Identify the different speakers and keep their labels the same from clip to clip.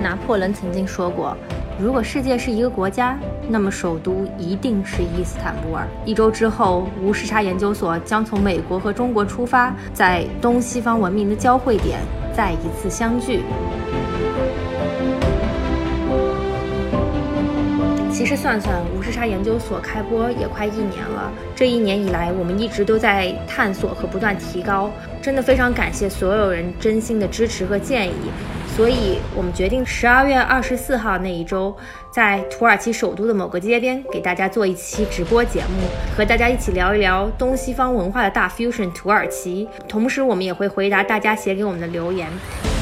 Speaker 1: 拿破仑曾经说过，如果世界是一个国家，那么首都一定是伊斯坦布尔。一周之后，无时差研究所将从美国和中国出发，在东西方文明的交汇点再一次相聚。其实算算，无时差研究所开播也快一年了。这一年以来，我们一直都在探索和不断提高，真的非常感谢所有人真心的支持和建议。所以，我们决定十二月二十四号那一周，在土耳其首都的某个街边给大家做一期直播节目，和大家一起聊一聊东西方文化的大 fusion 土耳其。同时，我们也会回答大家写给我们的留言。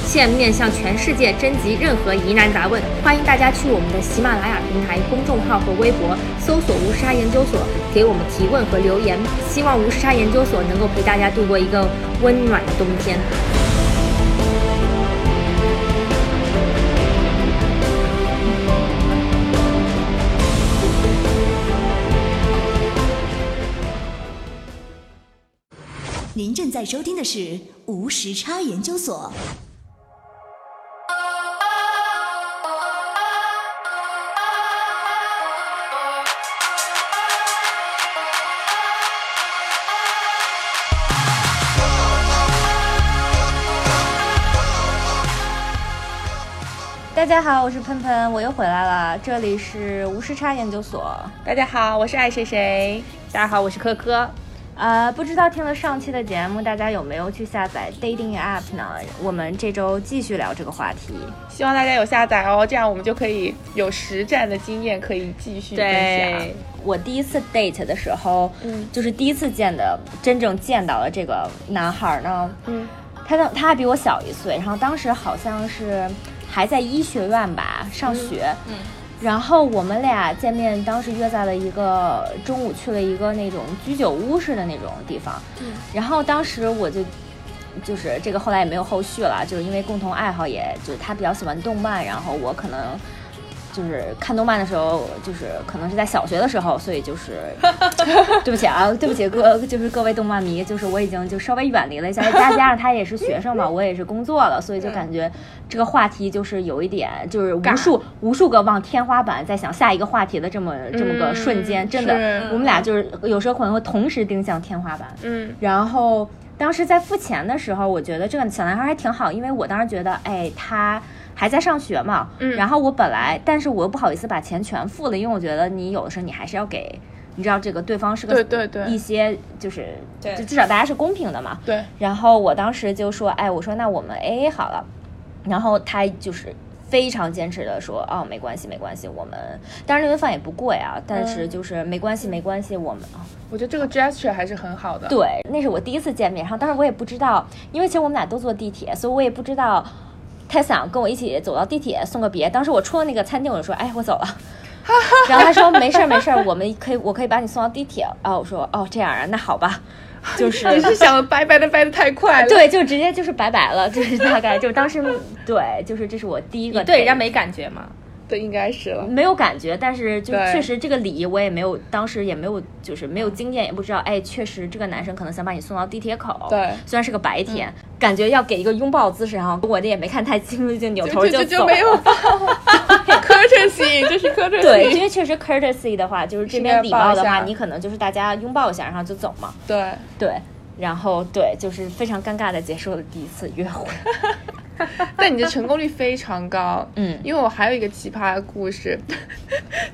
Speaker 1: 现面向全世界征集任何疑难杂问，欢迎大家去我们的喜马拉雅平台、公众号和微博搜索“无时差研究所”，给我们提问和留言。希望无时差研究所能够陪大家度过一个温暖的冬天。
Speaker 2: 您正在收听的是《无时差研究所》。
Speaker 3: 大家好，我是喷喷，我又回来了。这里是无时差研究所。
Speaker 4: 大家好，我是爱谁谁。
Speaker 1: 大家好，我是科科。
Speaker 3: 呃，不知道听了上期的节目，大家有没有去下载 dating app 呢？我们这周继续聊这个话题。
Speaker 4: 希望大家有下载哦，这样我们就可以有实战的经验可以继续分享
Speaker 1: 对。，
Speaker 3: 我第一次 date 的时候，
Speaker 4: 嗯
Speaker 3: 就是第一次见的，真正见到的这个男孩呢，
Speaker 4: 嗯，
Speaker 3: 他的他还比我小一岁，然后当时好像是还在医学院吧上学，
Speaker 4: 嗯嗯
Speaker 3: 然后我们俩见面，当时约在了一个中午去了一个那种居酒屋似的那种地方，然后当时我就。就是这个后来也没有后续了，就是因为共同爱好也，就是他比较喜欢动漫，然后我可能就是看动漫的时候，就是可能是在小学的时候，所以就是 对不起啊，对不起各就是各位动漫迷，就是我已经就稍微远离了一下，再加上他也是学生嘛，我也是工作了，所
Speaker 4: 嗯
Speaker 3: 以就感觉这个话题就是有一点就是无数无数个往天花板在想下一个话题的这么这么个瞬间，
Speaker 4: 嗯
Speaker 3: 真的
Speaker 4: 是，
Speaker 3: 我们俩就是有时候可能会同时盯向天花板，
Speaker 4: 嗯，
Speaker 3: 然后当时在付钱的时候，我觉得这个小男孩还挺好，因为我当时觉得，哎，他还在上学嘛。
Speaker 4: 嗯
Speaker 3: 然后我本来，但是我又不好意思把钱全付了，因为我觉得你有的时候你还是要给，你知道这个对方是个
Speaker 4: 对对对
Speaker 3: 一些就是，
Speaker 1: 对
Speaker 3: 就至少大家是公平的嘛。
Speaker 4: 对，
Speaker 3: 然后我当时就说，哎，我说那我们 A A 好了。然后他就是非常坚持的说，哦，没关系，没关系，我们当然那顿饭也不贵啊，但是
Speaker 4: 嗯
Speaker 3: 就是没关系，没关系，我们啊
Speaker 4: 我觉得这个 gesture 还是很好的。
Speaker 3: 对，那是我第一次见面，然后当时我也不知道，因为其实我们俩都坐地铁，所以我也不知道他想跟我一起走到地铁送个别。当时我出了那个餐厅，我就说：“哎，我走了。”然后他说：“没事儿，没事儿，我们可以，我可以把你送到地铁。”啊，我说：“哦，这样啊，那好吧。”就是
Speaker 4: 你是想拜拜的拜的太快了。，
Speaker 3: 对，就直接就是拜拜了，就是大概就当时对，就是这是我第一个
Speaker 1: 你对人家
Speaker 3: date
Speaker 1: 没感觉吗？
Speaker 4: 对，应该是了。
Speaker 3: 没有感觉，但是就
Speaker 4: 对
Speaker 3: 确实这个礼我也没有，当时也没有就是没有经验，也不知道，哎，确实这个男生可能想把你送到地铁口，
Speaker 4: 对嗯
Speaker 3: 虽然是个白天，感觉要给一个拥抱姿势哈，我这也没看太清楚，就扭头
Speaker 4: 就
Speaker 3: 走了。
Speaker 4: 就没有办法 courtesy，这是 courtesy。
Speaker 3: 对，因为确实 courtesy 的话，就是这
Speaker 4: 是
Speaker 3: 边
Speaker 4: 该
Speaker 3: 礼貌的
Speaker 4: 抱一
Speaker 3: 话，
Speaker 4: 下
Speaker 3: 你可能就是大家拥抱一下，然后就走嘛。
Speaker 4: 对，
Speaker 3: 对，然后对，就是非常尴尬的结束了第一次约会。
Speaker 4: 但你的成功率非常高，
Speaker 3: 嗯
Speaker 4: 因为我还有一个奇葩的故事，
Speaker 3: 嗯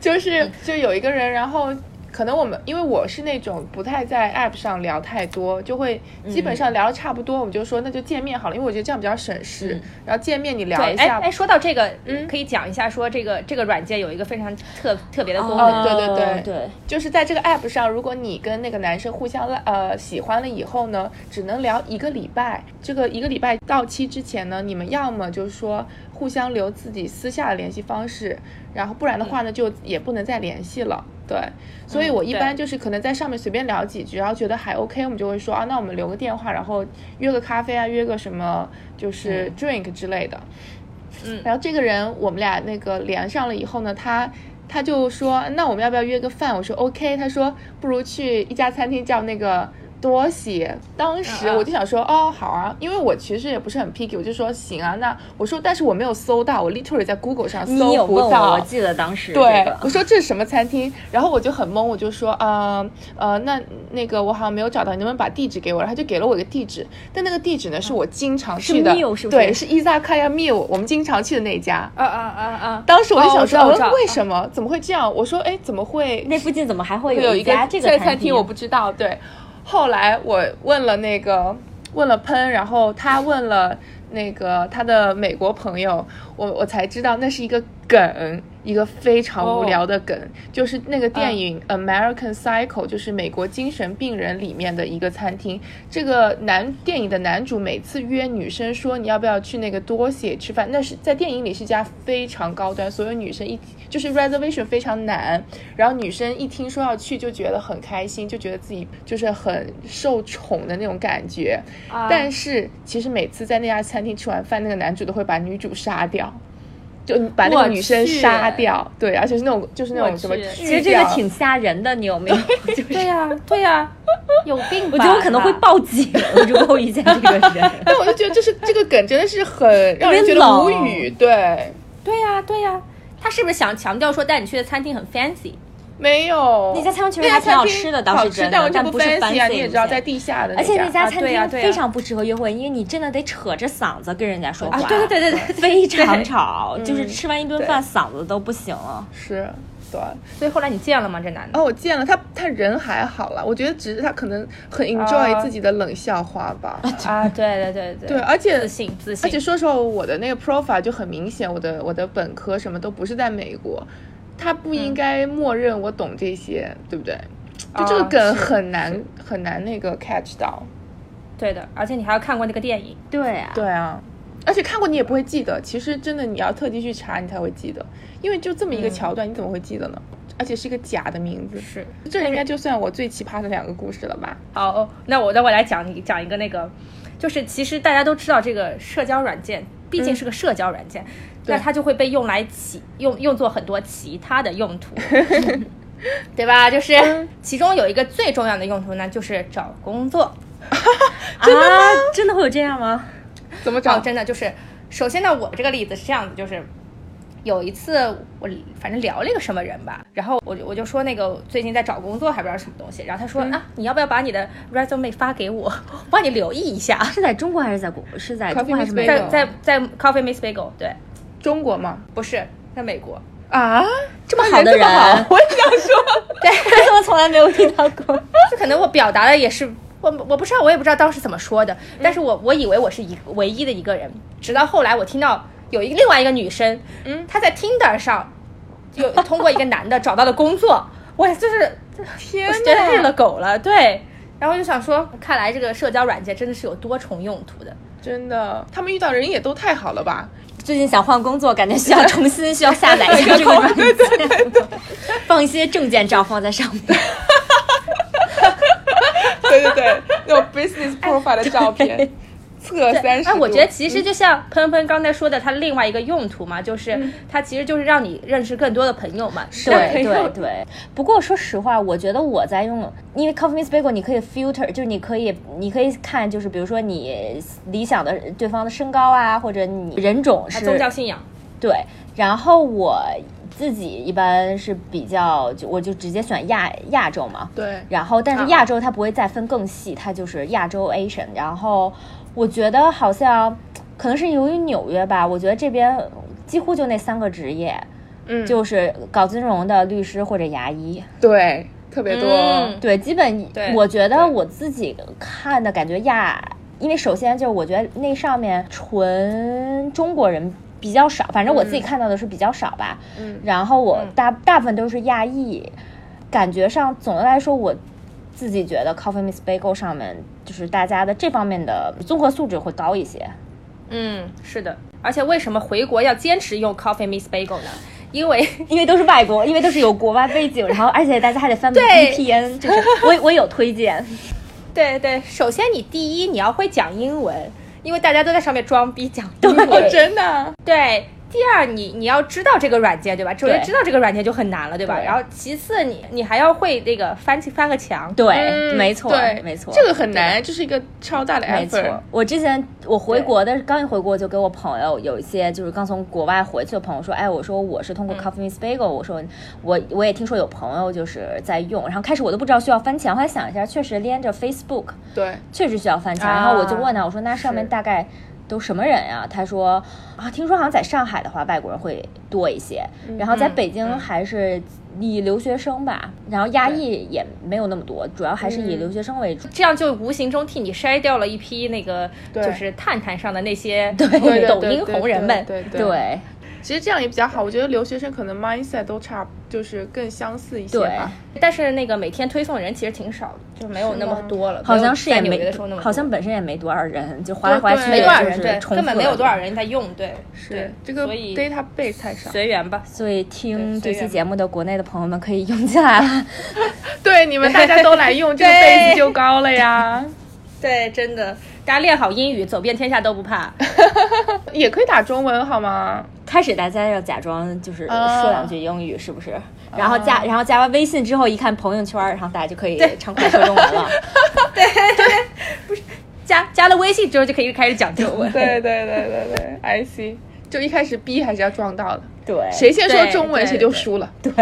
Speaker 4: 就是就有一个人，然后可能我们因为我是那种不太在 app 上聊太多，就会基
Speaker 3: 嗯
Speaker 4: 本上聊的差不多，我们就说那就见面好了，因为我觉得这样比较省事。
Speaker 3: 嗯
Speaker 4: 然后见面你 聊
Speaker 1: 对，
Speaker 4: 一
Speaker 1: 哎
Speaker 4: 下，
Speaker 1: 哎，说到这个，
Speaker 4: 嗯
Speaker 1: 可以讲一下，说这个这个软件有一个非常特特别的功能，
Speaker 3: 哦
Speaker 4: 对对对
Speaker 3: 对，
Speaker 4: 就是在这个 app 上，如果你跟那个男生互相呃喜欢了以后呢，只能聊一个礼拜。这个一个礼拜到期之前呢，你们要么就是说互相留自己私下的联系方式，然后不然的话呢，就也不能再联系了。对，所以我一般就是可能在上面随便聊几句，然后觉得还 OK，我们就会说啊，那我们留个电话，然后约个咖啡啊，约个什么就是 drink 之类的。
Speaker 1: 嗯
Speaker 4: 然后这个人我们俩那个连上了以后呢，他他就说那我们要不要约个饭？我说 OK，他说不如去一家餐厅叫那个。多写。当
Speaker 1: 嗯
Speaker 4: 时我就想说，哦，好啊，因为我其实也不是很 picky，我就说行啊，那我说，但是我没有搜到，我 literally 在 Google 上
Speaker 1: 你有
Speaker 4: 搜不
Speaker 1: 问我，我
Speaker 4: 到。
Speaker 1: 记得当时这
Speaker 4: 对
Speaker 1: 个，
Speaker 4: 我说这是什么餐 厅，然后我就很懵，我就说，呃呃，那那个我好像没有找到，你能不能把地址给我？然后他就给了我一个地址，但那个地
Speaker 5: 嗯
Speaker 4: 址呢是我经常
Speaker 1: 是
Speaker 4: 去的，
Speaker 1: Mio 是不是
Speaker 4: 对，是伊萨卡亚 Mio，我们经常去的那一家。
Speaker 5: 啊啊啊啊！
Speaker 4: 当时我就
Speaker 5: 哦
Speaker 4: 想
Speaker 5: 我知
Speaker 4: 说，
Speaker 5: 道我知
Speaker 4: 呃
Speaker 5: 道
Speaker 4: 为什么？怎么会这样？我说，哎，怎么会
Speaker 1: 那附近怎么还会
Speaker 4: 会
Speaker 1: 有
Speaker 4: 有一个
Speaker 1: 家这
Speaker 4: 这
Speaker 1: 个
Speaker 4: 餐厅我不知道。对，后来我问了那个问了喷，然后他问了那个他的美国朋友，我我才知道那是一个梗，一个非常无
Speaker 5: 哦
Speaker 4: 聊的梗，就是那个
Speaker 1: 嗯
Speaker 4: 电影《American Psycho》，就是美国精神病人里面的一个餐厅。这个男电影的男主每次约女生说你要不要去那个多谢吃饭，那是在电影里是一家非常高端，所有女生一就是 reservation 非常难，然后女生一听说要去就觉得很开心，就觉得自己就是很受宠的那种感觉。
Speaker 5: 啊
Speaker 4: 但是其实每次在那家餐厅吃完饭，那个男主都会把女主杀掉。就把那
Speaker 5: 我
Speaker 4: 个女生
Speaker 5: 去
Speaker 4: 杀掉，对，而且是那种就是那
Speaker 5: 我
Speaker 4: 种什么
Speaker 5: 去
Speaker 4: 锯掉，
Speaker 1: 其实这个挺吓人的，你有没有？就是
Speaker 5: 对呀、对呀、 有病吧？
Speaker 1: 我觉得我可能会
Speaker 5: 他
Speaker 1: 报警，如果我遇见这个人。
Speaker 4: 但我就觉得就是这个梗真的是很让人觉得无语，对，
Speaker 5: 对呀、对呀、
Speaker 3: 他是不是想强调说带你去的餐厅很 fancy？
Speaker 4: 没有
Speaker 1: 那家餐厅其实
Speaker 4: 那
Speaker 1: 还
Speaker 4: 家
Speaker 1: 挺好
Speaker 4: 餐
Speaker 1: 吃
Speaker 4: 厅
Speaker 1: 的倒是
Speaker 4: 好吃
Speaker 1: 真的
Speaker 4: 但我就
Speaker 1: 但不是
Speaker 4: fancy 啊，
Speaker 1: fancy
Speaker 4: 你也知道
Speaker 1: 那家
Speaker 4: 在地下的那
Speaker 1: 而且那
Speaker 4: 家。
Speaker 1: 家
Speaker 5: 啊
Speaker 1: 餐
Speaker 5: 对呀
Speaker 1: 厅
Speaker 5: 对呀
Speaker 1: 非常不适合约会，因为你真的得扯着嗓子跟人家说话，
Speaker 5: 啊，对对对对对，
Speaker 1: 非常吵，就是
Speaker 4: 嗯
Speaker 1: 吃完一顿饭嗓子都不行啊了。
Speaker 4: 是，对。
Speaker 5: 所以后来你见了吗？这男的？
Speaker 4: 哦，我见了他，他人还好啦，我觉得只是他可能很 enjoy
Speaker 5: 啊
Speaker 4: 自己的冷笑话吧。
Speaker 5: 啊，对对对对
Speaker 4: 对，而且
Speaker 5: 自信自
Speaker 4: 而
Speaker 5: 信
Speaker 4: 且。说实话，我的那个 profile 就很明显，我的我的本科什么都不是在美国，他不
Speaker 5: 嗯
Speaker 4: 应该默认我懂这些，对不对？就这个
Speaker 5: 啊
Speaker 4: 梗
Speaker 5: 是
Speaker 4: 很难、很难那个 catch 到。
Speaker 5: 对的，而且你还要看过那个电影，
Speaker 1: 对啊，
Speaker 4: 对啊，而且看过你也不会记得，其实真的你要特地去查你才会记得，因为就这么一个桥段，你怎么会记得呢？而且是一个假的名字，
Speaker 5: 嗯是
Speaker 4: 这应该就算我最奇葩的两个故事了吧？
Speaker 5: 好，哦那我那我来讲一讲一个那个，就是其实大家都知道这个社交软件，毕竟是个社交软件，那
Speaker 4: 对
Speaker 5: 它就会被用来其用用作很多其他的用途，对吧？就是其中有一个最重要的用途呢，就是找工作。
Speaker 1: 真的吗？啊真的会有这样吗？
Speaker 4: 怎么
Speaker 5: 哦
Speaker 4: 找，？
Speaker 5: 真的就是，首先呢，我这个例子是这样子，就是有一次我反正聊了一个什么人吧，然后我就我就说那个最近在找工作还不知道什么东西，然后他说、啊，你要不要把你的 resume 发给我，我帮你留意一下，
Speaker 1: 是在中国还是在国？是在
Speaker 4: Coffee
Speaker 1: 中国还是美
Speaker 4: Miss
Speaker 5: 在
Speaker 1: 国
Speaker 4: Bagel？？
Speaker 5: 在在 Coffee Miss Bagel 对，
Speaker 4: 中国吗？
Speaker 5: 不是在美国，
Speaker 4: 啊，
Speaker 1: 这么好的
Speaker 4: 这么好
Speaker 1: 人，我想说，对，他们从来没有遇到过。
Speaker 5: 就可能我表达的也是。我我不知道，我也不知道当时怎么说
Speaker 4: 嗯
Speaker 5: 的，但是我我以为我是一唯一的一个人，直到后来我听到有一另外一个女生，
Speaker 4: 嗯，
Speaker 5: 她在 Tinder 上有通过一个男的找到了工作，我 就是
Speaker 4: 天
Speaker 5: 我是觉得日
Speaker 4: 哪，
Speaker 5: 了狗了，对。然后就想说，看来这个社交软件真的是有多重用途的。
Speaker 4: 真的，他们遇到人也都太好了吧？
Speaker 1: 最近想换工作，感觉需要重新需要下载一下这个软 件，放一些证件照放在上面。
Speaker 4: 对对对，那种 business profile 的照片，侧三十
Speaker 5: 哎，
Speaker 4: 度。嗯
Speaker 5: 我觉得其实就像喷喷刚才说的，它另外一个用途嘛，
Speaker 4: 嗯
Speaker 5: 就是它其实就是让你认识更多的朋友嘛。
Speaker 1: 对对对，不过说实话，我觉得我在用，因为 Coffee Miss Bagel 你可以 filter，就是你可以你可以看，就是比如说你理想的对方的身高啊，或者你人种
Speaker 5: 啊
Speaker 1: 是
Speaker 5: 宗教信仰，
Speaker 1: 对，然后我自己一般是比较就我就直接选亚亚洲嘛，
Speaker 4: 对，
Speaker 1: 然后，但是亚洲它不会再分更细，它就是亚洲 Asian。然后，我觉得好像可能是由于纽约吧，我觉得这边几乎就那三个职业，
Speaker 4: 嗯，
Speaker 1: 就是搞金融的、律师或者牙医。
Speaker 4: 对，特别多。
Speaker 5: 嗯
Speaker 1: 对，基本
Speaker 5: 对
Speaker 1: 我觉得我自己看的感觉亚，因为首先就是我觉得那上面纯中国人。比较少，反正我自己看到的是比较少吧。
Speaker 4: 嗯
Speaker 1: 然后我大、大部分都是亚裔，感觉上总的来说，我自己觉得 Coffee Miss Bagel 上面就是大家的这方面的综合素质会高一些。
Speaker 5: 嗯，是的。而且为什么回国要坚持用 Coffee Miss Bagel 呢？因为
Speaker 1: 因为都是外国，因为都是有国外背景，然后而且大家还得翻 VPN，就是我我有推荐，
Speaker 5: 对对，首先你第一你要会讲英文，因为大家都在上面装逼讲英
Speaker 1: 对
Speaker 5: 文。
Speaker 4: 哦真的啊，
Speaker 5: 对，第二，你你要知道这个软件，对吧？首先
Speaker 1: 对
Speaker 5: 知道这个软件就很难了，对吧？
Speaker 1: 对
Speaker 5: 然后其次你，你还要会那个翻翻个墙，
Speaker 1: 对，
Speaker 4: 嗯
Speaker 1: 没错，
Speaker 4: 对，
Speaker 1: 没错，
Speaker 4: 这个很难，这是一个超大的
Speaker 1: 没错
Speaker 4: effort。，
Speaker 1: 我之前我回国的刚一回国就给我朋友有一些就是刚从国外回去的朋友说，哎，我说我是通过
Speaker 4: 嗯
Speaker 1: Coffee Miss Bagel，、我说我我也听说有朋友就是在用，然后开始我都不知道需要翻墙，后来想一下，确实连着 Facebook，
Speaker 4: 对，
Speaker 1: 确实需要翻墙，
Speaker 5: 啊
Speaker 1: 然后我就问他，我说那上面
Speaker 5: 是
Speaker 1: 大概都什么人呀、他说啊，听说好像在上海的话外国人会多一些，
Speaker 4: 嗯
Speaker 1: 然后在北京还是以留学生吧，然后亚裔也没有那么多，主要还是以
Speaker 4: 嗯
Speaker 1: 留学生为主。
Speaker 5: 这样就无形中替你筛掉了一批那个
Speaker 4: 对
Speaker 5: 就是探探上的 那些
Speaker 4: 对对
Speaker 5: 抖
Speaker 4: 对
Speaker 5: 音
Speaker 4: 对
Speaker 5: 红人
Speaker 4: 对
Speaker 5: 们。
Speaker 4: 对对
Speaker 1: 对
Speaker 4: 其实这样也比较好。我觉得留学生可能 mindset 都差，就是更相似一些
Speaker 1: 对，
Speaker 4: 吧。
Speaker 5: 但是那个每天推送的人其实挺少的，就没有那么多了。
Speaker 1: 好
Speaker 5: 没有
Speaker 1: 像是也
Speaker 5: 在纽
Speaker 1: 没
Speaker 5: 约的时候那么，多
Speaker 1: 好像本身也没多少人，就划来划去，
Speaker 4: 对
Speaker 5: 没多少人，
Speaker 1: 就是
Speaker 5: 对，
Speaker 1: 重复
Speaker 5: 根本没有
Speaker 1: 的
Speaker 5: 多少。人在用，对，
Speaker 4: 对
Speaker 5: 对，
Speaker 4: 这个
Speaker 5: 所以
Speaker 4: database 太少。
Speaker 5: 随缘吧。
Speaker 1: 所以听这
Speaker 5: 对
Speaker 1: 期
Speaker 5: 随啊缘
Speaker 1: 节目的国内的朋友们可以用起来了。
Speaker 4: 对，你们大家都来用，这 个 base 就高了呀。
Speaker 5: 对，真的， 大家练好英语，走遍天下都不怕。
Speaker 4: 也可以打中文好吗？
Speaker 1: 开始大家要假装就是
Speaker 4: 啊
Speaker 1: 说
Speaker 5: 呃
Speaker 1: 两句英语，是不是？然后加，然后加完微信之后一看朋友圈，然后大家就可以畅快说中文 了。
Speaker 5: 加加了微信之后就可以开始讲中文。
Speaker 4: 对对对对对，I 哎 C。就一开始 B 还是要撞到的，
Speaker 1: 哎对，
Speaker 4: 谁先说
Speaker 5: 对
Speaker 4: 中文
Speaker 5: 对
Speaker 4: 谁就
Speaker 5: 对
Speaker 4: 输了。
Speaker 1: 对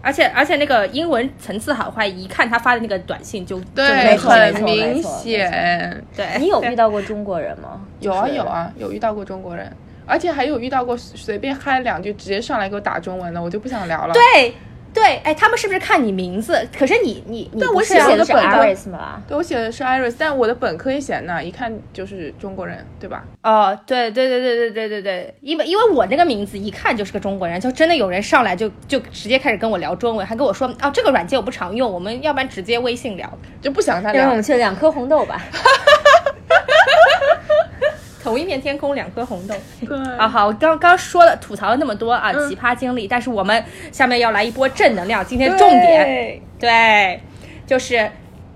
Speaker 5: 而且而且那个英文层次好坏，一看他发的那个短信就
Speaker 4: 对，
Speaker 1: 没错没
Speaker 4: 很
Speaker 1: 错没
Speaker 4: 明
Speaker 1: 错没
Speaker 4: 显。
Speaker 5: 对
Speaker 1: 你有遇到过中国人 吗？
Speaker 4: 有啊
Speaker 1: 就是
Speaker 4: 有。啊，有遇到过中国人，而且还有遇到过随便嗨两句直接上来给我打中文的，我就不想聊了。对，
Speaker 5: 对对，哎，他们是不是看你名字？可是你你你
Speaker 4: 但我
Speaker 5: 不
Speaker 1: 是
Speaker 5: 是
Speaker 4: 写
Speaker 1: 写的
Speaker 4: 我的
Speaker 1: 是啊
Speaker 4: 本科
Speaker 1: Iris 吗？
Speaker 4: 我写的是 Iris，但我的本科也写在那，一看就是中国人，对吧？
Speaker 5: 哦，对对对对对对对对，因为因为我那个名字一看就是个中国人，就真的有人上来就就直接开始跟我聊中文，还跟我说哦这个软件我不常用，我们要不然直接微信聊，
Speaker 4: 就不想跟他
Speaker 1: 让我
Speaker 4: 聊
Speaker 1: 们。去两颗红豆吧。
Speaker 5: 同一片天空两颗红豆。
Speaker 4: 对嗯
Speaker 5: 啊，好，刚刚说了吐槽了那么多啊，奇葩经历，但是我们下面要来一波正能量。今天重点对，就是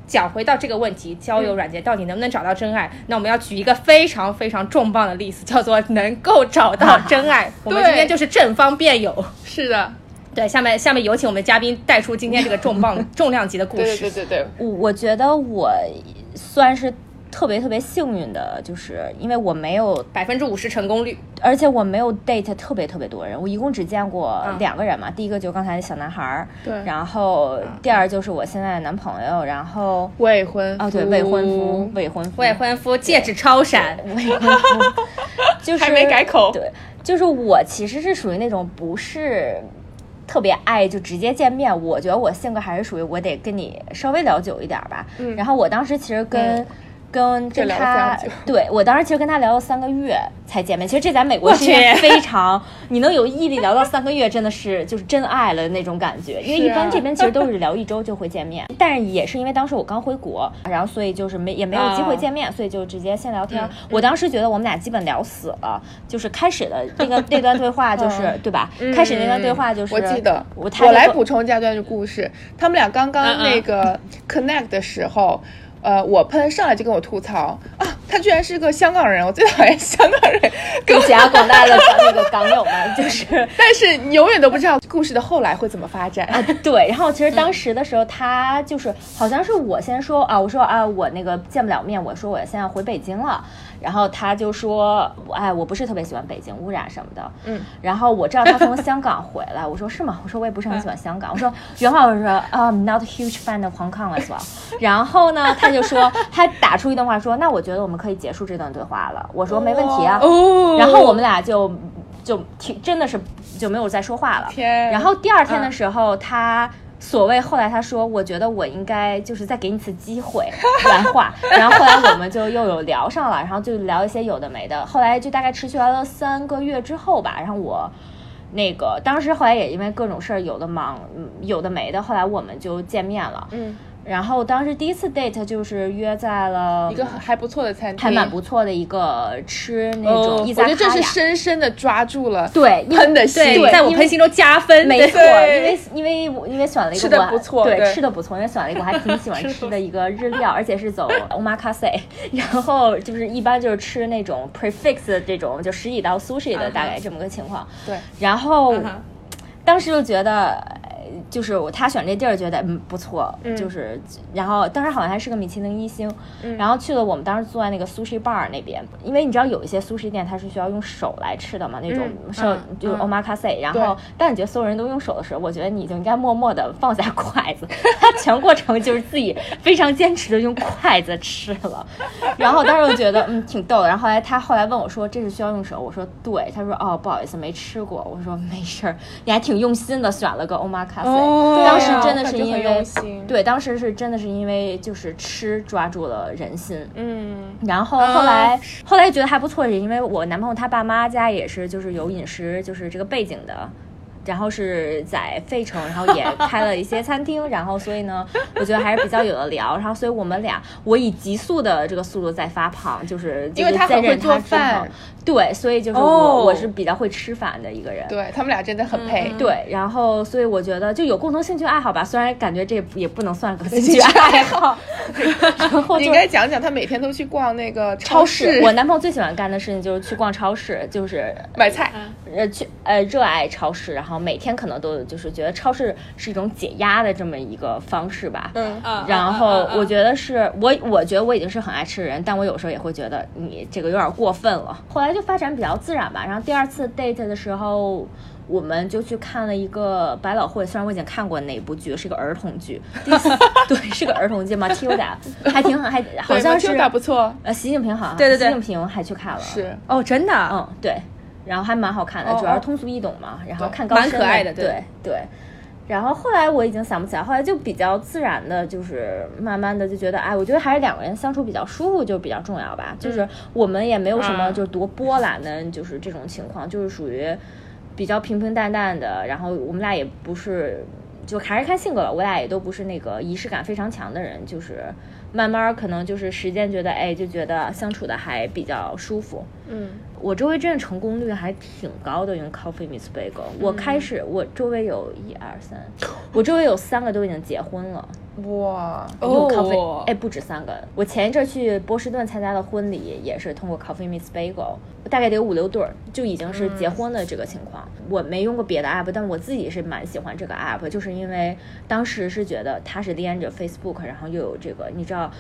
Speaker 5: 讲回到这个问题，交友软件到底能不能找到真爱？
Speaker 4: 嗯
Speaker 5: 那我们要举一个非常非常重磅的例子，叫做能够找到真爱。
Speaker 4: 嗯
Speaker 5: 我们今天就是正方辩友。
Speaker 4: 是的，
Speaker 5: 对，下面下面有请我们嘉宾带出今天这个重 磅重量级的故
Speaker 4: 对对
Speaker 5: 事。
Speaker 4: 对对对，
Speaker 1: 我我觉得我算是特别特别幸运的，就是因为我没有，
Speaker 5: 百分之五十成功率，
Speaker 1: 而且我没有 date 特别特别多人，我一共只见过两个人嘛，第一个就是刚才那小男孩儿，
Speaker 4: 嗯对
Speaker 1: 然后第二就是我现在的男朋友，然后
Speaker 4: 未婚
Speaker 1: 啊对未婚夫，未婚夫，
Speaker 5: 未婚夫戒指超闪，
Speaker 1: 未婚夫，就是
Speaker 4: 还没改口
Speaker 1: 对，就是我其实是属于那种不是特别爱就直接见面，我觉得我性格还是属于我得跟你稍微聊久一点吧。
Speaker 4: 嗯
Speaker 1: 然后我当时其实跟、跟
Speaker 4: 这
Speaker 1: 跟
Speaker 4: 聊了
Speaker 1: 他
Speaker 4: 非常久，
Speaker 1: 对我当时其实跟他聊了三个月才见面。其实这在美国是一件
Speaker 5: 我去
Speaker 1: 非常，你能有毅力聊到三个月，真的是就是真爱了那种感觉。因为
Speaker 4: 是
Speaker 1: 一般
Speaker 4: 啊
Speaker 1: 这边其实都是聊一周就会见面， 但是也是因为当时我刚回国，然后所以就是没也没有机会
Speaker 5: 啊
Speaker 1: 见。见 面，所以就直接先聊天
Speaker 4: 嗯
Speaker 1: 儿。我当时觉得我们俩基本聊死了，就是开始的那 个那段对话就是对吧？开始那段对话就是
Speaker 4: 嗯我记得，
Speaker 1: 我
Speaker 4: 我
Speaker 1: 他就嗯
Speaker 4: 来
Speaker 1: 跟
Speaker 4: 补充一下这段故事。他们俩刚刚那个 connect 的时候，呃，我喷上来就跟我吐槽啊，他居然是个香港人，我最讨厌香港人。
Speaker 1: 对不起 啊，广大的那个港友们，就是
Speaker 4: 但是你永远都不知道故事的后来会怎么发展。
Speaker 1: 对。然后其实当时的时候，他就是好像是我先说啊，我说啊，我那个见不了面，我说我现在回北京了。然后他就说，哎，我不是特别喜欢北京污染什么的。
Speaker 4: 嗯，
Speaker 1: 然后我知道他从香港回来，我说是吗？我说我也不是很喜欢香港。我说原话我说啊、I'm not a huge fan of Hong Kong as well。然后呢，他就说他打出一段话说，那我觉得我们可以结束这段对话了。我说没问题啊。
Speaker 4: 哦
Speaker 1: 然后我们俩就就挺真的是就没有再说话了。
Speaker 4: 天嗯
Speaker 1: 然后第二天的时候，他所谓后来他说，我觉得我应该就是再给你一次机 会来话。然后后来我们就又有聊上了，然后就聊一些有的没的。后来就大概持续聊了三个月之后吧，然后我。那个当时后来也因为各种事儿，有的忙，嗯有的没的，后来我们就见面了。
Speaker 4: 嗯，
Speaker 1: 然后当时第一次 date 就是约在了
Speaker 4: 一个还不错的餐厅，
Speaker 1: 还蛮不错的一个吃那
Speaker 4: 哦
Speaker 1: 种伊
Speaker 4: 我
Speaker 1: 扎
Speaker 4: 觉
Speaker 1: 卡
Speaker 4: 得
Speaker 1: 呀，
Speaker 4: 这是深深的抓住了
Speaker 1: 对因为
Speaker 4: 喷的心，
Speaker 5: 对，在我
Speaker 1: 因为
Speaker 5: 喷心中加分，
Speaker 1: 没
Speaker 5: 对
Speaker 1: 错，因为因为我因为选了一个
Speaker 4: 吃得
Speaker 1: 我还
Speaker 4: 不错
Speaker 1: 对
Speaker 4: 对
Speaker 1: 吃的不错，因为选了一个我还挺喜欢吃的一个日料，而且是走 omakase，然后就是一般就是吃那种 prefix 的这种就十几道 sushi 的
Speaker 4: 啊哈
Speaker 1: 大概这么个情况，
Speaker 4: 对，啊
Speaker 1: 然后
Speaker 5: 嗯哼
Speaker 1: 当时就觉得。呃就是我，他选这地儿觉得嗯不错，
Speaker 4: 嗯
Speaker 1: 就是然后当时好像还是个米其林一星，
Speaker 4: 嗯
Speaker 1: 然后去了我们当时坐在那个 sushi bar 那边，因为你知道有一些 sushi 店它是需要用手来吃的嘛，那种
Speaker 4: 嗯
Speaker 1: 是
Speaker 4: 嗯
Speaker 1: 就是
Speaker 4: 嗯
Speaker 1: omakase，然
Speaker 4: 对
Speaker 1: 后但你觉得所有人都用手的时候，我觉得你就应该默默的放下筷子， 他全过程就是自己非常坚持的用筷子吃了，然后当时我觉得嗯挺逗的，然后后来他后来问我说这是需要用手，我说对，他说哦不好意思没吃过，我说没事儿，你还挺用心的选了个 omakase，、
Speaker 4: 哦
Speaker 1: 当时真
Speaker 4: 对啊
Speaker 1: 的是
Speaker 4: 感觉
Speaker 1: 因
Speaker 4: 很
Speaker 1: 为
Speaker 4: 用心
Speaker 1: 对当时是真的是因为就是吃抓住了人心，
Speaker 4: 嗯，
Speaker 1: 然后后来、后来觉得还不错，是因为我男朋友他爸妈家也是就是有饮食就是这个背景的。然后是在费城，然后也开了一些餐厅，然后所以呢，我觉得还是比较有的聊。然后所以我们俩，我以极速的这个速度在发胖，就是
Speaker 4: 因为
Speaker 1: 就是
Speaker 4: 他
Speaker 1: 在
Speaker 4: 很会
Speaker 1: 认
Speaker 4: 做
Speaker 1: 他之后
Speaker 4: 饭，
Speaker 1: 对，所以就是我、
Speaker 4: 哦
Speaker 1: 我是比较会吃饭的一个人，
Speaker 4: 对他们俩真的很配，
Speaker 1: 嗯对，然后所以我觉得就有共同兴趣爱好吧，虽然感觉这也不能算个兴趣爱好，然后
Speaker 4: 你
Speaker 1: 就
Speaker 4: 应该讲讲他每天都去逛那个
Speaker 1: 超
Speaker 4: 市
Speaker 1: 我男朋友最喜欢干的事情就是去逛超市，就是
Speaker 4: 买菜，
Speaker 1: 呃去呃热爱超市，然后每天可能都就是觉得超市是一种解压的这么一个方式吧。
Speaker 4: 嗯，
Speaker 5: 嗯
Speaker 1: 然后我
Speaker 5: 得
Speaker 1: 觉得是我，我觉得我已经是很爱吃的人，但我有时候也会觉得你这个有点过分了。后来就发展比较自然吧。然后第二次 date 的时候，我们就去看了一个百老汇，虽然我已经看过那部剧，是个儿童 剧，第四对，是个儿童剧嘛，Tilda 还挺好，还好
Speaker 4: 对
Speaker 1: 像是
Speaker 4: Matilda 不错，
Speaker 1: 呃，习近平好像
Speaker 5: 对对对
Speaker 1: 习近平还去看了，
Speaker 4: 是
Speaker 5: 哦，真的，
Speaker 1: 嗯对，然后还蛮好看的，
Speaker 4: 哦
Speaker 1: 主要
Speaker 4: 哦
Speaker 1: 是通俗易懂嘛，然后
Speaker 4: 对
Speaker 1: 看高
Speaker 5: 蛮
Speaker 1: 深
Speaker 5: 可爱的
Speaker 1: 对
Speaker 5: 对
Speaker 1: 对然后后来我已经想不起来，后来就比较自然的，就是慢慢的就觉得，哎，我觉得还是两个人相处比较舒服，就比较重要吧。就是我们也没有什么
Speaker 5: 啊
Speaker 1: 就是多波澜的，就是这种情况，就是属于比较平平淡淡的。然后我们俩也不是，就还是看性格吧，我俩也都不是那个仪式感非常强的人，就是慢慢儿可能就是时间觉得，哎，就觉得相处的还比较舒服。
Speaker 4: 嗯，
Speaker 1: 我周围真的成功率还挺高的，用 Coffee Miss Bagel。我开始，我周围有一二三，我周围有三个都已经结婚了。
Speaker 4: 哇，
Speaker 1: 用
Speaker 5: 哦
Speaker 1: Coffee，哎，不止三个。我前一阵去波士顿参加的婚礼，也是通过 Coffee Miss Bagel，大概得有五六对儿，就已经是结婚
Speaker 5: 嗯
Speaker 1: 的这个情况。我没用过别的 app，但我自己是蛮喜欢这个 app，就是因为当时是觉得它是连着 Facebook，然后又有这个，你知道。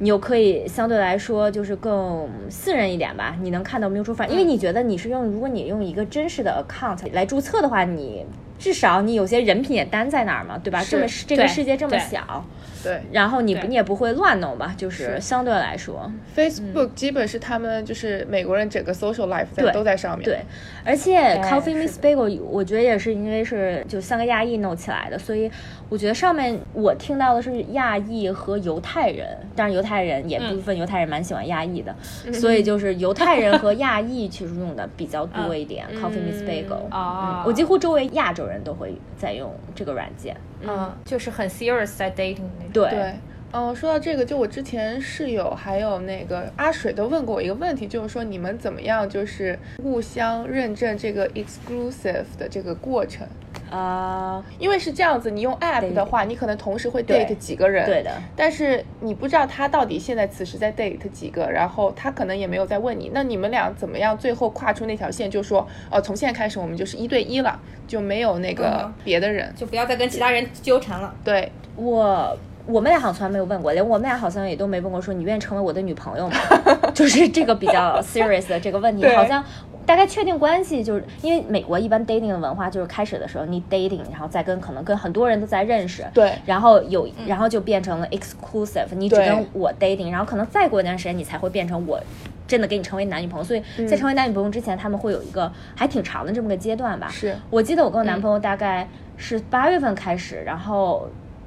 Speaker 1: 你又可以相对来说就是更信任一点吧，你能看到 mutual friend，因为你
Speaker 5: 嗯
Speaker 1: 觉得你是用，如果你用一个真实的 account 来注册的话，你至少你有些人品也担在那儿嘛，对吧？这么这个
Speaker 5: 对
Speaker 1: 世界这么
Speaker 5: 对
Speaker 1: 小，
Speaker 4: 对
Speaker 1: 然后你
Speaker 5: 对
Speaker 1: 你也不会乱弄吧，就是
Speaker 4: 是
Speaker 1: 相对来说，
Speaker 4: ，Facebook 基本是他们就是美国人整个 social life
Speaker 1: 嗯对
Speaker 4: 在都在上面，
Speaker 1: 对，而且 Coffee Miss Bagel 我觉得也是因为是就像个亚裔弄起来的，所以我觉得上面我听到的是亚裔和犹太人，当然犹太人也部分犹太人蛮喜欢亚裔的，所以就是犹太人和亚裔其实用的比较多一点、Coffee Miss
Speaker 4: 哦
Speaker 1: Bagel
Speaker 5: 啊
Speaker 1: 我几乎周围亚洲人都会在用这个软件，
Speaker 5: 嗯，就是很 serious 在 dating 那种。
Speaker 1: 对
Speaker 4: 对，嗯，说到这个，就我之前室友还有那个阿水都问过我一个问题，就是说你们怎么样就是互相认证这个 exclusive 的这个过程？
Speaker 1: 啊、
Speaker 4: 因为是这样子，你用 app 的话，你可能同时会
Speaker 1: 对
Speaker 4: date 几个人，
Speaker 1: 对的。
Speaker 4: 但是你不知道他到底现在此时在 date 几个，然后他可能也没有在问你，那你们俩怎么样最后跨出那条线，就说，呃，从现在开始我们就是一对一了，就没有那个
Speaker 5: 嗯
Speaker 4: 别的人，
Speaker 5: 就不要再跟其他人纠缠了。
Speaker 4: 对，
Speaker 1: 我我们俩好像从来没有问过，连我们俩好像也都没问过说你愿意成为我的女朋友吗？就是这个比较 serious 的这个问题，
Speaker 4: 对
Speaker 1: 好像。大概确定关系就是因为美国一般 dating 的文化就是开始的时候你 dating，然后再跟可能跟很多人都在认识，
Speaker 4: 对嗯
Speaker 1: 然后有然后就变成了 exclusive，你只
Speaker 4: 对
Speaker 1: 跟我 dating，然后可能再过一段时间你才会变成我真的跟你成为男女朋友，所以
Speaker 4: 嗯
Speaker 1: 在成为男女朋友之前他们会有一个还挺长的这么个阶段吧，
Speaker 4: 是
Speaker 1: 我记得我跟我男朋友大概是八月份开始，然后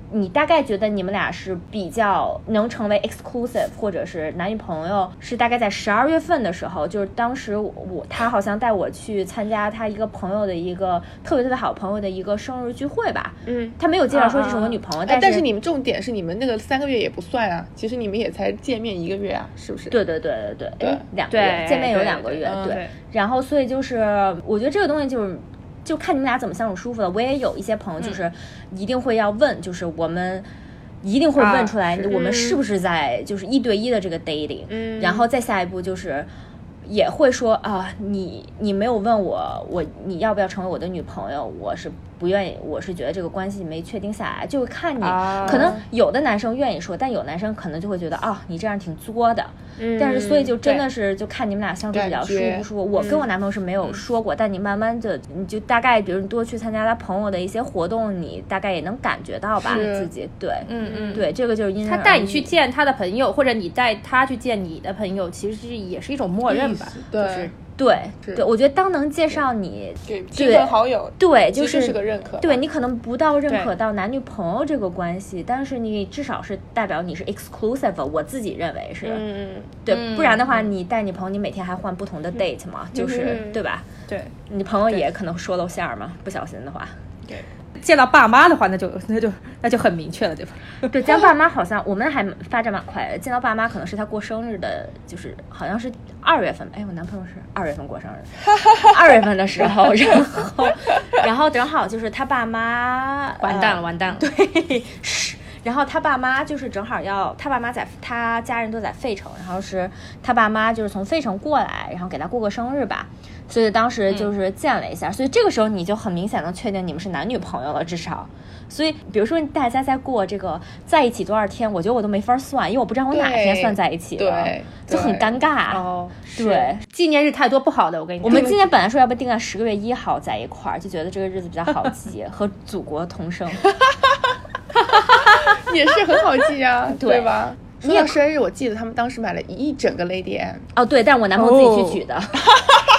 Speaker 1: 你大概觉得你们俩是比较能成为 exclusive，或者是男女朋友，是大概在十二月份的时候，就是当时我我他好像带我去参加他一个朋友的一个特别特别好朋友的一个生日聚会吧，
Speaker 4: 嗯，
Speaker 1: 他没有介绍说这是我女朋友，
Speaker 4: 哎，但
Speaker 1: 是
Speaker 4: 是你们重点是你们那个三个月也不算啊，其实你们也才见面一个月啊，是不是？
Speaker 1: 对对对对对，哎
Speaker 4: 对
Speaker 1: 两个月
Speaker 5: 对嗯
Speaker 1: 见面有
Speaker 5: 对
Speaker 1: 两个月，
Speaker 4: 对
Speaker 1: 对，然后所以就是我觉得这个东西就是。就看你们俩怎么相处舒服了。我也有一些朋友，就是一定会要问，就是我们一定会
Speaker 5: 啊
Speaker 1: 问出来，
Speaker 5: 是
Speaker 1: 我们是不是在就是一对一的这个 dating，、
Speaker 4: 嗯
Speaker 1: 然后再下一步就是也会说啊，你你没有问我，我你要不要成为我的女朋友？我是不愿意，我是觉得这个关系没确定下来，就看你、
Speaker 4: 啊
Speaker 1: 可能有的男生愿意说，但有男生可能就会觉得啊，你这样挺作的。但是所以就真的是就看你们俩相处比较舒不舒服。我跟我
Speaker 4: 嗯
Speaker 1: 男朋友是没有说过，但你慢慢的你就大概，比如你多去参加他朋友的一些活动，你大概也能感觉到吧
Speaker 4: 是
Speaker 1: 自己对。
Speaker 5: 嗯嗯，
Speaker 1: 对，这个就是因人
Speaker 5: 他带
Speaker 1: 而
Speaker 5: 你去
Speaker 1: 异
Speaker 5: 见他的朋友，或者你带他去见你的朋友，其实是也是一种默认吧
Speaker 4: 意思。
Speaker 5: 就是
Speaker 4: 对，
Speaker 1: 对
Speaker 4: 是
Speaker 1: 对，我觉得当能介绍你，
Speaker 4: 给亲朋好友，
Speaker 1: 对，就
Speaker 4: 其实
Speaker 1: 是
Speaker 4: 是个认可，
Speaker 1: 对，你可能不到认可
Speaker 5: 对
Speaker 1: 到男女朋友这个关系，但是你至少是代表你是 exclusive，的我自己认为是、
Speaker 4: 嗯，
Speaker 1: 对，不然的话，你带你朋友，你每天还换不同的 date 嘛，就是、
Speaker 4: 嗯
Speaker 1: 对吧？
Speaker 5: 对，
Speaker 1: 你朋友也可能说露馅儿嘛，不小心的话。
Speaker 4: 对，
Speaker 5: 见到爸妈的话，那就那就那就很明确了，对吧？
Speaker 1: 对，见爸妈好像我们还发展蛮快的，见到爸妈可能是他过生日的，就是好像是二月份，哎，我男朋友是二月份过生日，二月份的时 候，然后然后正好就是他爸妈
Speaker 5: 完蛋了，
Speaker 1: 呃
Speaker 5: 完蛋了。
Speaker 1: 对，是。然后他爸妈就是正好要，他爸妈在他家人都在费城，然后是他爸妈就是从费城过来，然后给他过个生日吧。所以当时
Speaker 5: 嗯
Speaker 1: 就是见了一下，所以这个时候你就很明显能确定你们是男女朋友了，至少。所以比如说大家在过这个在一起多少天，我觉得我都没法算，因为我不知道我哪
Speaker 4: 对
Speaker 1: 天算在一起了
Speaker 4: 对，
Speaker 1: 就很
Speaker 4: 对
Speaker 1: 尴尬。
Speaker 5: 哦，是
Speaker 1: 对，
Speaker 5: 纪念日太多不好的，我跟你讲。
Speaker 1: 我们今天本来说要不定在十个月一号在一块儿，就觉得这个日子比较好 记，和祖国同生。
Speaker 4: 也是很好记啊，
Speaker 1: 对
Speaker 4: 对吧？
Speaker 1: 你
Speaker 4: 说
Speaker 1: 也
Speaker 4: 到生日，我记得他们当时买了一整个 Lady M，
Speaker 1: 哦，对，但是我男朋友自己去
Speaker 5: 哦
Speaker 1: 举的。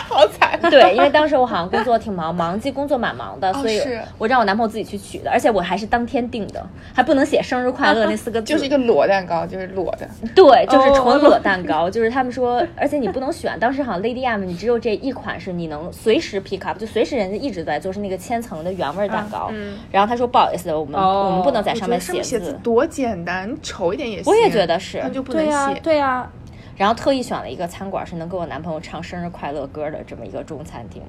Speaker 4: 好惨。
Speaker 1: 对，因为当时我好像工作挺忙，忙季工作蛮忙的，
Speaker 4: 哦
Speaker 1: 所以
Speaker 4: 是
Speaker 1: 我让我男朋友自己去取的，而且我还是当天定的，还不能写生日快乐那四个字，
Speaker 4: 啊就是一个裸蛋糕，就是裸的，
Speaker 1: 对，就是纯
Speaker 5: 哦
Speaker 1: 裸蛋糕，就是他们说，而且你不能选，当时好像 Lady M 你只有这一款是你能随时 pick up，就随时人家一直在做是那个千层的原味蛋糕，然后他说不好意思，我们我们不能在
Speaker 4: 啊嗯哦我觉
Speaker 1: 上
Speaker 4: 得
Speaker 1: 面
Speaker 4: 上面
Speaker 1: 写
Speaker 4: 写字多简单，你丑一点也行。
Speaker 1: 我也觉得是啊
Speaker 4: 他们就不能
Speaker 5: 对呀
Speaker 4: 写，。
Speaker 5: 对呀，
Speaker 1: 然后特意选了一个餐馆是能给我男朋友唱生日快乐歌的这么一个中餐 厅，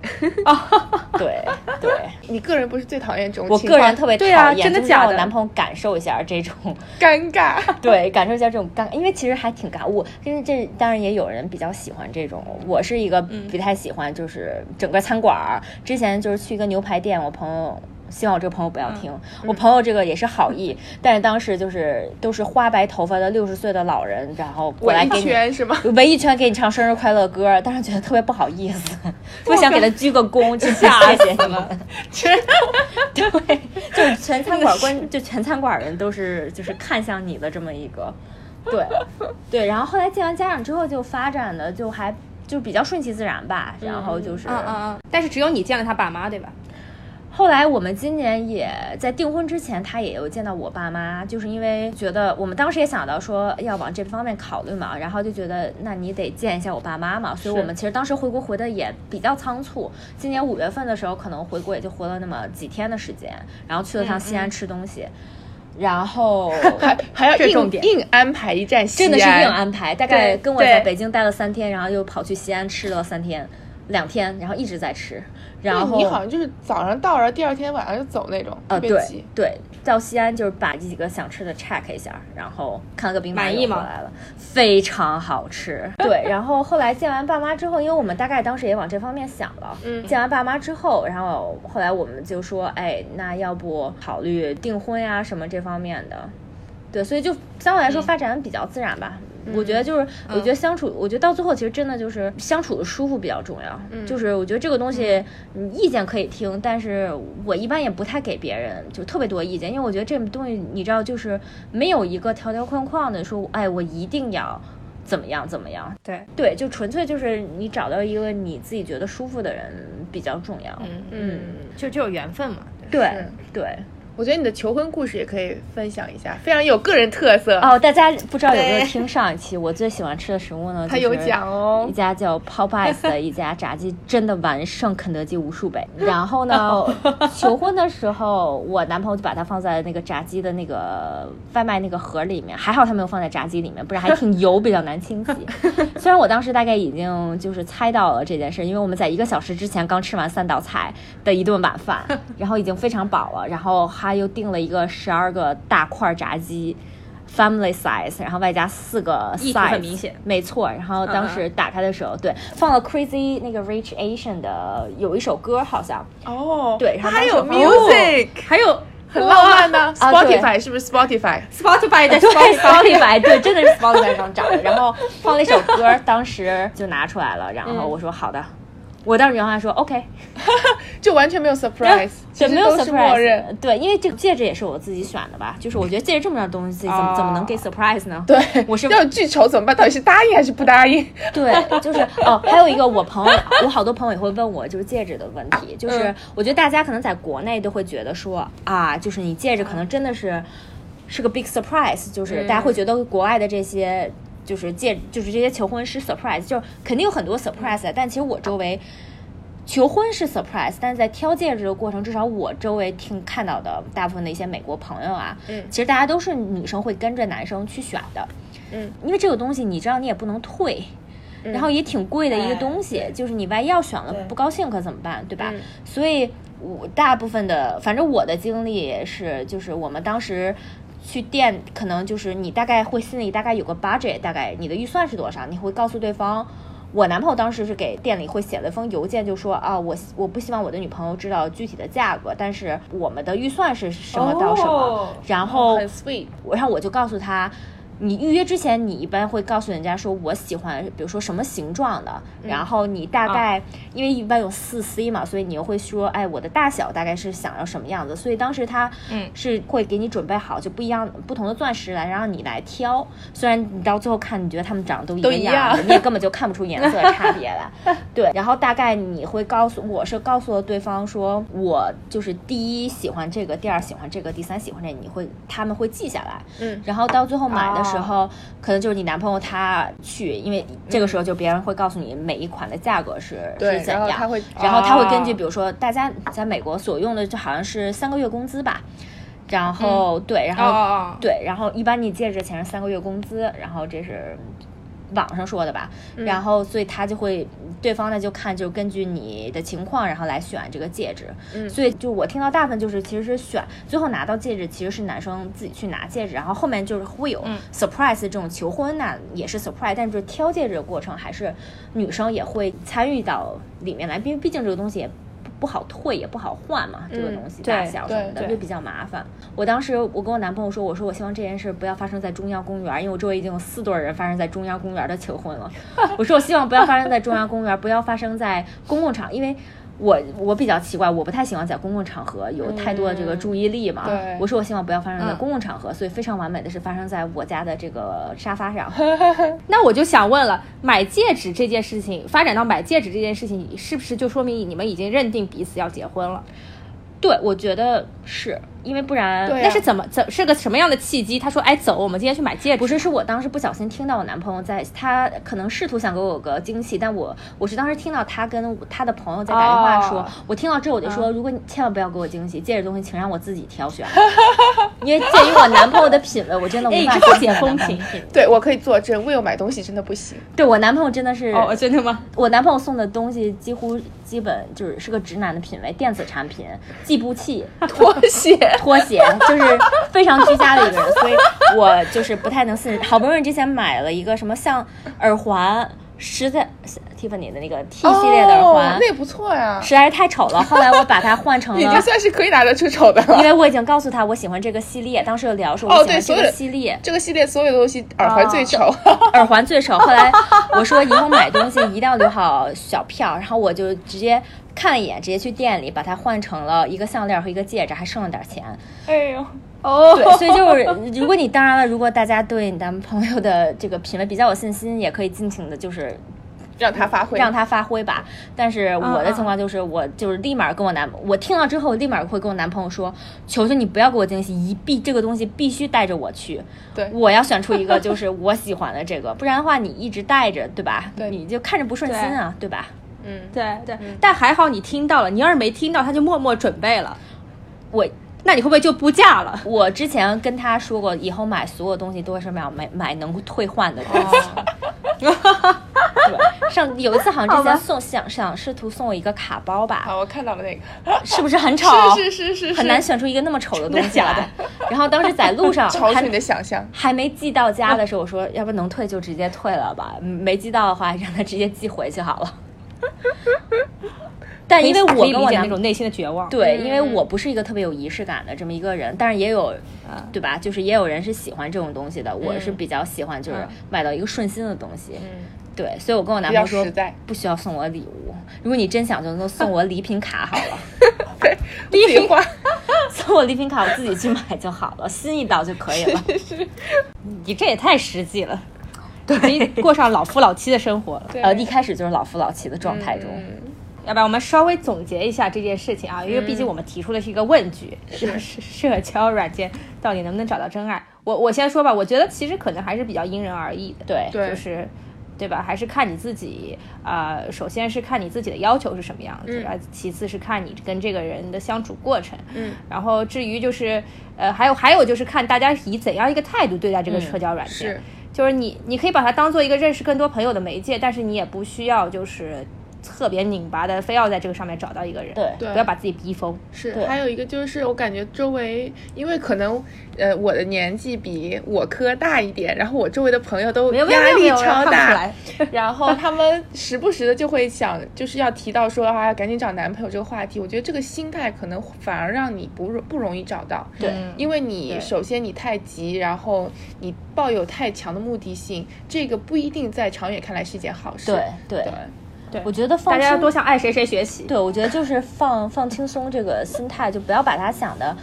Speaker 1: 对对。
Speaker 4: 你个人不是最讨厌这种
Speaker 1: 我
Speaker 4: 情
Speaker 1: 个
Speaker 4: 况，
Speaker 1: 人特别讨
Speaker 5: 对
Speaker 1: 厌，
Speaker 5: 啊真的
Speaker 1: 就是让
Speaker 5: 假
Speaker 1: 我
Speaker 5: 的
Speaker 1: 男朋友感受一下这种，
Speaker 4: 尴尬。
Speaker 1: 对，感受一下这种尴，因为其实还挺尬。我因为这当然也有人比较喜欢这种，我是一个
Speaker 5: 嗯
Speaker 1: 不太喜欢，就是整个餐馆儿。之前就是去一个牛排店，我朋友。希望我这个朋友不
Speaker 5: 嗯
Speaker 1: 要听，我朋友这个也是好意，但是当时就是都是花白头发的六十岁的老人，然后过来
Speaker 4: 围
Speaker 1: 给
Speaker 4: 一
Speaker 1: 你
Speaker 4: 圈是吗？
Speaker 1: 围一圈给你唱生日快乐歌，当时觉得特别不好意思，我想给他鞠个躬，就吓死你们。对，就是全餐馆关，就全餐馆人都是就是看向你的这么一个，对对。然后后来见完家长之后，就发展的就还就比较顺其自然吧。然后就是，
Speaker 5: 嗯嗯嗯。但是只有你见了他爸妈，对吧？
Speaker 1: 后来我们今年也在订婚之前，他也有见到我爸妈，就是因为觉得我们当时也想到说要往这方面考虑嘛，然后就觉得那你得见一下我爸妈嘛，所以我们其实当时回国回的也比较仓促，今年五月份的时候可能回国也就回了那么几天的时间，然后去了趟西安吃东西，然后
Speaker 4: 还还要
Speaker 5: 这
Speaker 4: 硬
Speaker 5: 重点
Speaker 4: 硬安排一站西
Speaker 1: 真
Speaker 4: 安，
Speaker 1: 的是硬安排，大概
Speaker 5: 对
Speaker 1: 跟我在
Speaker 5: 对
Speaker 1: 北京待了三天，然后又跑去西安吃了三天两天，然后一直在吃，然
Speaker 4: 对
Speaker 1: 后
Speaker 4: 你好像就是早上到，然后第二天晚上就走那种，
Speaker 1: 呃，
Speaker 4: 特别
Speaker 1: 对
Speaker 4: 急。
Speaker 1: 对，到西安就是把这几个想吃的 check 一下，然后看个兵马
Speaker 5: 满
Speaker 1: 俑
Speaker 5: 意
Speaker 1: 回
Speaker 5: 吗
Speaker 1: 来了，非常好吃。 对，然后后来见完爸妈之后，因为我们大概当时也往这方面想了，
Speaker 4: 嗯
Speaker 1: 见完爸妈之后，然后后来我们就说，哎，那要不考虑订婚呀、什么这方面的，对，所以就相对来
Speaker 5: 嗯
Speaker 1: 说发展得比较自然吧。我觉得就是，我觉得相处，我觉得到最后其实真的就是相处的舒服比较重要。
Speaker 5: 嗯
Speaker 1: 就是我觉得这个东西，你意见可以听，但是我一般也不太给别人就特别多意见，因为我觉得这种东西你知道，就是没有一个条条框框的说，哎，我一定要怎么样怎么样。
Speaker 5: 对，
Speaker 1: 对，就纯粹就是你找到一个你自己觉得舒服的人比较重要。
Speaker 5: 嗯，
Speaker 4: 嗯，
Speaker 5: 就就有缘分嘛。
Speaker 1: 对
Speaker 4: 是
Speaker 1: 对，
Speaker 4: 我觉得你的求婚故事也可以分享一下，非常有个人特色。
Speaker 1: 哦，大家不知道有没有听上一期？我最喜欢吃的食物呢，
Speaker 4: 它有奖哦
Speaker 1: 就是一家叫 Popeyes 的一家炸鸡，真的完胜肯德基无数倍。然后 呢，
Speaker 4: 哦
Speaker 1: 求婚的时候，我男朋友就把它放在那个炸鸡的那个外卖那个盒里面，还好他没有放在炸鸡里面，不然还挺油，比较难清洗。虽然我当时大概已经就是猜到了这件事，因为我们在一个小时之前刚吃完三道菜的一顿晚饭，然后已经非常饱了，然后他又订了一个十二个大块炸鸡。family size，然后外加四个 size，
Speaker 5: 意图很明显
Speaker 1: 没错。然后当时打开的时候，对，放了 Crazy 那个 Rich Asian 的有一首歌，好像
Speaker 4: 哦，
Speaker 1: 对然后
Speaker 4: 它还有
Speaker 1: 当时
Speaker 4: music，
Speaker 5: 还有
Speaker 4: 很浪漫呢。
Speaker 1: 啊对
Speaker 4: Spotify 是不是 Spotify？
Speaker 5: Spotify 的
Speaker 1: 对
Speaker 5: Spotify，
Speaker 1: Spotify，对，真的是 Spotify 上找的。然后放了一首歌，当时就拿出来了，然后我说好的。我当时原话说 OK，
Speaker 4: 就完全没有 surprise，其
Speaker 1: 也
Speaker 4: 实
Speaker 1: 啊没有
Speaker 4: 都是默
Speaker 1: surprise，
Speaker 4: 认。
Speaker 1: 对，因为这个戒指也是我自己选的吧，就是我觉得戒指这么样东西怎
Speaker 4: 啊
Speaker 1: 么怎么能给 surprise 呢？
Speaker 4: 对，
Speaker 1: 我是
Speaker 4: 要有巨丑怎么办？到底是答应还是不答应？
Speaker 1: 对，就是哦，还有一个我朋友，我好多朋友也会问我，就是戒指的问题，就是
Speaker 4: 嗯
Speaker 1: 我觉得大家可能在国内都会觉得说啊，就是你戒指可能真的是是个 big surprise，就是大家
Speaker 4: 嗯
Speaker 1: 会觉得国外的这些就是戒就是这些求婚是 surprise，就是肯定有很多 surprise，的但其实我周围。求婚是 surprise，但是在挑戒指的过程，至少我周围听看到的大部分的一些美国朋友啊，
Speaker 4: 嗯
Speaker 1: 其实大家都是女生会跟着男生去选的，
Speaker 4: 嗯，
Speaker 1: 因为这个东西你知道你也不能退，然后也挺贵的一个东西，就是你万一要选了不高兴可怎么办，对吧？
Speaker 4: 嗯
Speaker 1: 所以我大部分的，反正我的经历是，就是我们当时。去店可能就是你大概会心里大概有个 budget，大概你的预算是多少，你会告诉对方。我男朋友当时是给店里会写了一封邮件，就说啊，我我不希望我的女朋友知道具体的价格，但是我们的预算是什么到什么，
Speaker 5: 哦
Speaker 1: 然后
Speaker 4: 很 sweet，
Speaker 1: 我然后我就告诉他，你预约之前，你一般会告诉人家说我喜欢，比如说什么形状的，然后你大概、因为一般有四 C 嘛，所以你又会说，哎，我的大小大概是想要什么样子，所以当时他
Speaker 5: 嗯
Speaker 1: 是会给你准备好就不一样不同的钻石来让你来挑，虽然你到最后看你觉得他们长得都一
Speaker 4: 都
Speaker 1: 个
Speaker 4: 一
Speaker 1: 样子，
Speaker 4: 样
Speaker 1: 你也根本就看不出颜色差别来，对，然后大概你会告诉我是告诉了对方说，我就是第一喜欢这个，第二喜欢这个，第三喜欢这个，你会他们会记下来，
Speaker 4: 嗯哦
Speaker 1: 然后到最后买的时候，可能就是你男朋友他去，因为这个时候就别人会告诉你每一款的价格是
Speaker 4: 对
Speaker 1: 是怎
Speaker 4: 然后
Speaker 1: 样，
Speaker 4: 他会
Speaker 1: 然后他会根据
Speaker 4: 哦
Speaker 1: 比如说大家在美国所用的就好像是三个月工资吧，
Speaker 4: 嗯
Speaker 1: 然后、对，然后、
Speaker 5: 哦
Speaker 1: 对，然后一般你戒指钱是三个月工资，然后这是网上说的吧，
Speaker 4: 嗯
Speaker 1: 然后所以他就会对方呢就看就根据你的情况，然后来选这个戒指。
Speaker 4: 嗯
Speaker 1: 所以就我听到大部分就是其实是选最后拿到戒指其实是男生自己去拿戒指，然后后面就是会
Speaker 4: 嗯
Speaker 1: 有 surprise 这种求婚呐、也是 surprise，但是挑戒指的过程还是女生也会参与到里面来，因为毕竟这个东西也。不好退也不好换嘛，这个
Speaker 4: 嗯
Speaker 1: 东西
Speaker 5: 对
Speaker 1: 大小什么
Speaker 4: 对
Speaker 1: 的
Speaker 4: 对
Speaker 1: 就比较麻烦。我当时我跟我男朋友说，我说我希望这件事不要发生在中央公园，因为我周围已经有四对人发生在中央公园的求婚了。我说我希望不要发生在中央公园，不要发生在公共场，因为。我我比较奇怪，我不太喜欢在公共场合有太多的这个注意力嘛。
Speaker 4: 嗯对嗯
Speaker 1: 我说我希望不要发生在公共场合，所以非常完美的是发生在我家的这个沙发上。
Speaker 5: 那我就想问了，买戒指这件事情发展到买戒指这件事情，是不是就说明你们已经认定彼此要结婚了？
Speaker 1: 对，我觉得是因为不然，
Speaker 4: 对啊
Speaker 5: 那是怎么怎是个什么样的契机？他说：“哎，走，我们今天去买戒指。”
Speaker 1: 不是，是我当时不小心听到我男朋友在，他可能试图想给我个惊喜，但我我是当时听到他跟他的朋友在打电话说，
Speaker 5: 哦嗯
Speaker 1: 我听到之后我就说，如果你千万不要给我惊喜，戒指东西请让我自己挑选， 因为鉴于我男朋友的品味，我真的无
Speaker 5: 哎，
Speaker 1: 法
Speaker 5: 这不
Speaker 1: 理解
Speaker 5: 解
Speaker 1: 我
Speaker 5: 风
Speaker 1: 男朋友
Speaker 5: 情。
Speaker 4: 对我可以作证，Will 买东西真的不行。
Speaker 1: 对我男朋友真的是，
Speaker 5: 哦，真的吗？
Speaker 1: 我男朋友送的东西几乎基本就是是个直男的品味，电子产品、计步器、
Speaker 4: 拖鞋，
Speaker 1: 拖鞋，就是非常居家的一个人，所以我就是不太能信任。好不容易之前买了一个什么像耳环，实在 Tiffany 的那个 T 系列的耳环，
Speaker 4: 哦那也不错呀，
Speaker 1: 实在是太丑了。后来我把它换成
Speaker 4: 你这
Speaker 1: 了，
Speaker 4: 算是可以拿得出手的
Speaker 1: 因
Speaker 4: 了。
Speaker 1: 为我已经告诉他我喜欢这个系列，当时有聊说
Speaker 4: 哦
Speaker 1: 我喜
Speaker 4: 对
Speaker 1: 欢这
Speaker 4: 所有
Speaker 1: 个
Speaker 4: 的
Speaker 1: 系列，
Speaker 4: 这个系列所有的东西，耳环最
Speaker 1: 哦
Speaker 4: 丑。
Speaker 1: 耳环最丑。后来我说以后买东西一定要留好小票，然后我就直接。看了一眼，直接去店里把它换成了一个项链和一个戒指，还剩了点钱。
Speaker 5: 哎呦，哦，
Speaker 1: 对，所以就是，如果你当然了，如果大家对你男朋友的这个品味比较有信心，也可以尽情的，就是
Speaker 4: 让他发挥，
Speaker 1: 让他发挥吧。但是
Speaker 4: 嗯
Speaker 1: 我的情况就是，我就是立马跟我男，我听到之后立马会跟我男朋友说：“求求你不要给我惊喜，一必这个东西必须带着我去。
Speaker 4: 对
Speaker 1: 我要选出一个就是我喜欢的 这个，不然的话你一直带着，对吧？
Speaker 4: 对
Speaker 1: 你就看着不顺心啊，对吧？
Speaker 4: 嗯，
Speaker 5: 对对，但还好你听到了，你要是没听到，他就默默准备了，
Speaker 1: 我
Speaker 5: 那你会不会就不嫁了？
Speaker 1: 我之前跟他说过，以后买所有东西都是买买买能够退换的 东西。对，上有一次好像之前送想想试图送我一个卡包吧，
Speaker 4: 好，我看到了那个，
Speaker 1: 是不是很丑？
Speaker 4: 是是是是是，
Speaker 1: 很难选出一个那么丑的东西来。然后当时在路 上
Speaker 4: 超出你
Speaker 1: 还
Speaker 4: 的想象。
Speaker 1: 还没寄到家的时候，我说要不能退就直接退了吧，嗯没寄到的话让他直接寄回去好了。 但因为
Speaker 5: 可
Speaker 1: 我
Speaker 5: 以
Speaker 1: 跟
Speaker 5: 理
Speaker 1: 我
Speaker 5: 解
Speaker 1: 男
Speaker 5: 那种内心的绝望。
Speaker 1: 对，因为我不是一个特别有仪式感的这么一个人，但是也有，对吧？就是也有人是喜欢这种东西的，我是比较喜欢就是买到一个顺心的东西。对，所以我跟我男朋友说
Speaker 4: 比较实在，
Speaker 1: 不需要送我礼物，如果你真想，就能送我礼品卡好了，
Speaker 4: 立品花，
Speaker 1: 送 我礼品卡，我自己去买就好了，心意到就可以了。
Speaker 5: 你这也太实际了，对，过上老夫老妻的生活了。
Speaker 1: 呃，一开始就是老夫老妻的状态中，
Speaker 4: 嗯
Speaker 5: 要不然我们稍微总结一下这件事情啊，因为毕竟我们提出的是一个问句， 就是社交软件到底能不能找到真爱？我我先说吧，我觉得其实可能还是比较因人而异的，
Speaker 1: 对
Speaker 4: 对
Speaker 5: 就是。对吧？还是看你自己，呃，首先是看你自己的要求是什么样子，
Speaker 4: 嗯
Speaker 5: 然后其次是看你跟这个人的相处过程，
Speaker 4: 嗯，
Speaker 5: 然后至于就是，呃，还有还有就是看大家以怎样一个态度对待这个
Speaker 1: 嗯
Speaker 5: 社交软件，
Speaker 4: 是
Speaker 5: 就是你你可以把它当做一个认识更多朋友的媒介，但是你也不需要就是特别拧巴的，非要在这个上面找到一个人，
Speaker 1: 对
Speaker 4: 对
Speaker 5: 不要把自己逼疯。
Speaker 4: 是
Speaker 1: 对，
Speaker 4: 还有一个就是，我感觉周围，因为可能，呃，我的年纪比我科大一点，然后我周围的朋友都
Speaker 5: 没有没有没
Speaker 4: 压
Speaker 5: 有，
Speaker 4: 力
Speaker 5: 没有
Speaker 4: 超
Speaker 5: 看不出
Speaker 4: 大，
Speaker 5: 来。
Speaker 4: 然后他们时不时的就会想，就是要提到说啊，赶紧找男朋友这个话题。我觉得这个心态可能反而让你不容不容易找到，
Speaker 1: 对
Speaker 5: 嗯
Speaker 4: 因为你首先你太急，然后你抱有太强的目的性，这个不一定在长远看来是一件好事。
Speaker 1: 对对
Speaker 4: 对，
Speaker 1: 我觉得放
Speaker 5: 大家要
Speaker 1: 松
Speaker 5: 多向爱谁谁学习。
Speaker 1: 对，我觉得就是放放轻松这个心态，就不要把它想的。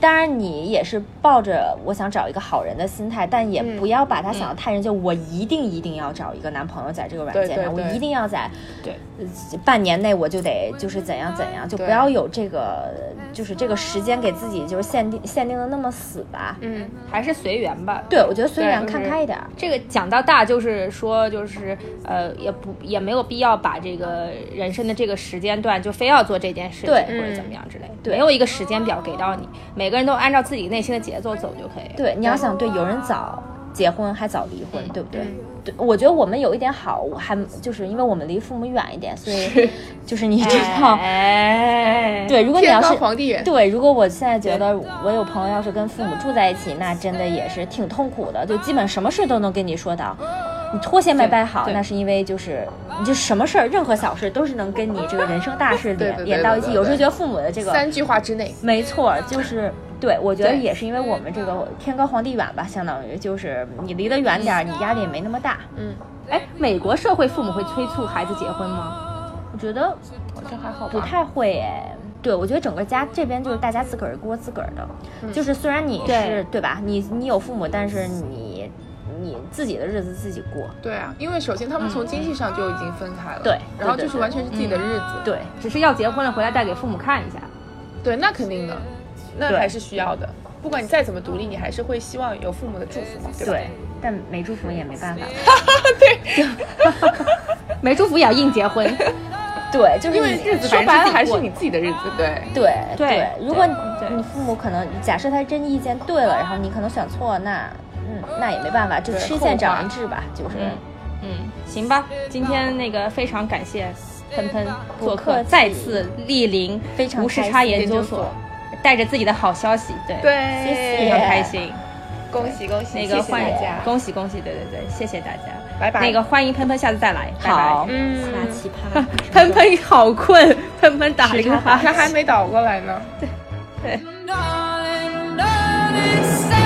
Speaker 1: 当然，你也是抱着我想找一个好人的心态，但也
Speaker 4: 嗯
Speaker 1: 不要把它想的太认真。我一定一定要找一个男朋友，在这个软
Speaker 4: 对
Speaker 1: 件
Speaker 4: 对
Speaker 1: 上，我
Speaker 4: 对
Speaker 1: 一定要在
Speaker 5: 对
Speaker 1: 呃半年内我就得就是怎样怎样，就不
Speaker 4: 对
Speaker 1: 要有这个就是这个时间给自己就是限定限定的那么死吧。
Speaker 4: 嗯，
Speaker 5: 还是随缘吧。
Speaker 1: 对，我觉得虽
Speaker 4: 对
Speaker 1: 然
Speaker 4: 就
Speaker 1: 看
Speaker 4: 是
Speaker 1: 开一点儿，
Speaker 5: 这个讲到大就是说，就是呃，也不也没有必要把这个人生的这个时间段就非要做这件事情
Speaker 1: 对
Speaker 5: 或者怎
Speaker 4: 嗯
Speaker 5: 么样之类的，
Speaker 1: 对
Speaker 5: 没有一个时间表给到你，每个人都按照自己内心的节奏走就可以了。
Speaker 1: 对，你要想对有人早结婚还早离婚，对不对？对，我觉得我们有一点好，我还就是因为我们离父母远一点，所以就是你知道，
Speaker 5: 哎，
Speaker 1: 对，如果你
Speaker 4: 天
Speaker 1: 要
Speaker 4: 高
Speaker 1: 是
Speaker 4: 皇帝远。
Speaker 1: 对，如果我现在觉得我有朋友要是跟父母住在一起，那真的也是挺痛苦的，就基本什么事都能跟你说到。你拖鞋没摆好，那是因为就是你就什么事儿，任何小事都是能跟你这个人生大事
Speaker 4: 对对
Speaker 1: 连
Speaker 4: 对
Speaker 1: 连
Speaker 4: 对
Speaker 1: 到一起。
Speaker 4: 对
Speaker 1: 有时候
Speaker 4: 对
Speaker 1: 觉得父母的这个
Speaker 4: 三句话之内，
Speaker 1: 没错，就是对，我觉得
Speaker 4: 对
Speaker 1: 也是因为我们这个天高皇帝远吧，相当于就是你离得远点儿，你压力也没那么大。
Speaker 4: 嗯，
Speaker 5: 哎，美国社会父母会催促孩子结婚吗？
Speaker 1: 我觉得
Speaker 4: 这还好吧？
Speaker 1: 不太会哎。对，我觉得整个家这边就是大家自个儿过自个儿的，就是虽然你是
Speaker 5: 嗯对
Speaker 1: 对吧，你你有父母，但是你你自己的日子自己过。
Speaker 4: 对啊，因为首先他们从经济上就已经分开了，
Speaker 1: 对
Speaker 4: 然后
Speaker 1: 对对
Speaker 4: 就是完全是自己的日子，
Speaker 1: 对，
Speaker 5: 只是要结婚了回来带给父母看一下。
Speaker 4: 对，那肯定的，那
Speaker 1: 对
Speaker 4: 还是需要的。不管你再怎么独立，你还是会希望有父母的祝福嘛，对吧？
Speaker 1: 对，但没祝福也没办法。
Speaker 5: 没祝福也要硬结婚，
Speaker 1: 对，就是
Speaker 4: 因为
Speaker 1: 你
Speaker 4: 日子
Speaker 5: 说
Speaker 4: 反
Speaker 5: 白
Speaker 4: 正
Speaker 5: 了
Speaker 4: 是
Speaker 5: 还
Speaker 4: 还
Speaker 5: 是
Speaker 4: 是
Speaker 5: 你
Speaker 4: 你自己的日子，对
Speaker 1: 对
Speaker 5: 对
Speaker 1: 如果
Speaker 5: 对
Speaker 1: 你父母可能假设他真意见对了，然后你可能选错，那嗯，那也没办法，就
Speaker 4: 对
Speaker 1: 吃
Speaker 4: 后
Speaker 1: 见长
Speaker 4: 话
Speaker 1: 人智吧，就是。
Speaker 5: 嗯 嗯，行吧。今天那个非常感谢喷喷
Speaker 1: 不
Speaker 5: 做
Speaker 1: 客
Speaker 5: 客，
Speaker 1: 气
Speaker 5: 再次莅临
Speaker 1: 非常
Speaker 5: 无时差研究
Speaker 4: 研究所
Speaker 5: 所，带着自己的好消息，对，
Speaker 4: 对，
Speaker 1: 谢
Speaker 5: 非
Speaker 1: 谢
Speaker 5: 常开心。
Speaker 4: 恭喜恭喜，
Speaker 5: 那个
Speaker 4: 谢谢
Speaker 5: 欢
Speaker 4: 大
Speaker 5: 迎
Speaker 4: 家，
Speaker 5: 恭喜恭喜，对对对，谢谢大家。
Speaker 4: 拜拜。
Speaker 5: 那个欢迎喷喷下次再来，拜
Speaker 1: 好，
Speaker 5: 拜。
Speaker 4: 嗯
Speaker 1: 下期啪啪啪
Speaker 5: 喷喷好困，喷喷打了一个哈
Speaker 4: 他
Speaker 5: 欠。
Speaker 4: 还没倒过来呢。
Speaker 6: darling, darling, say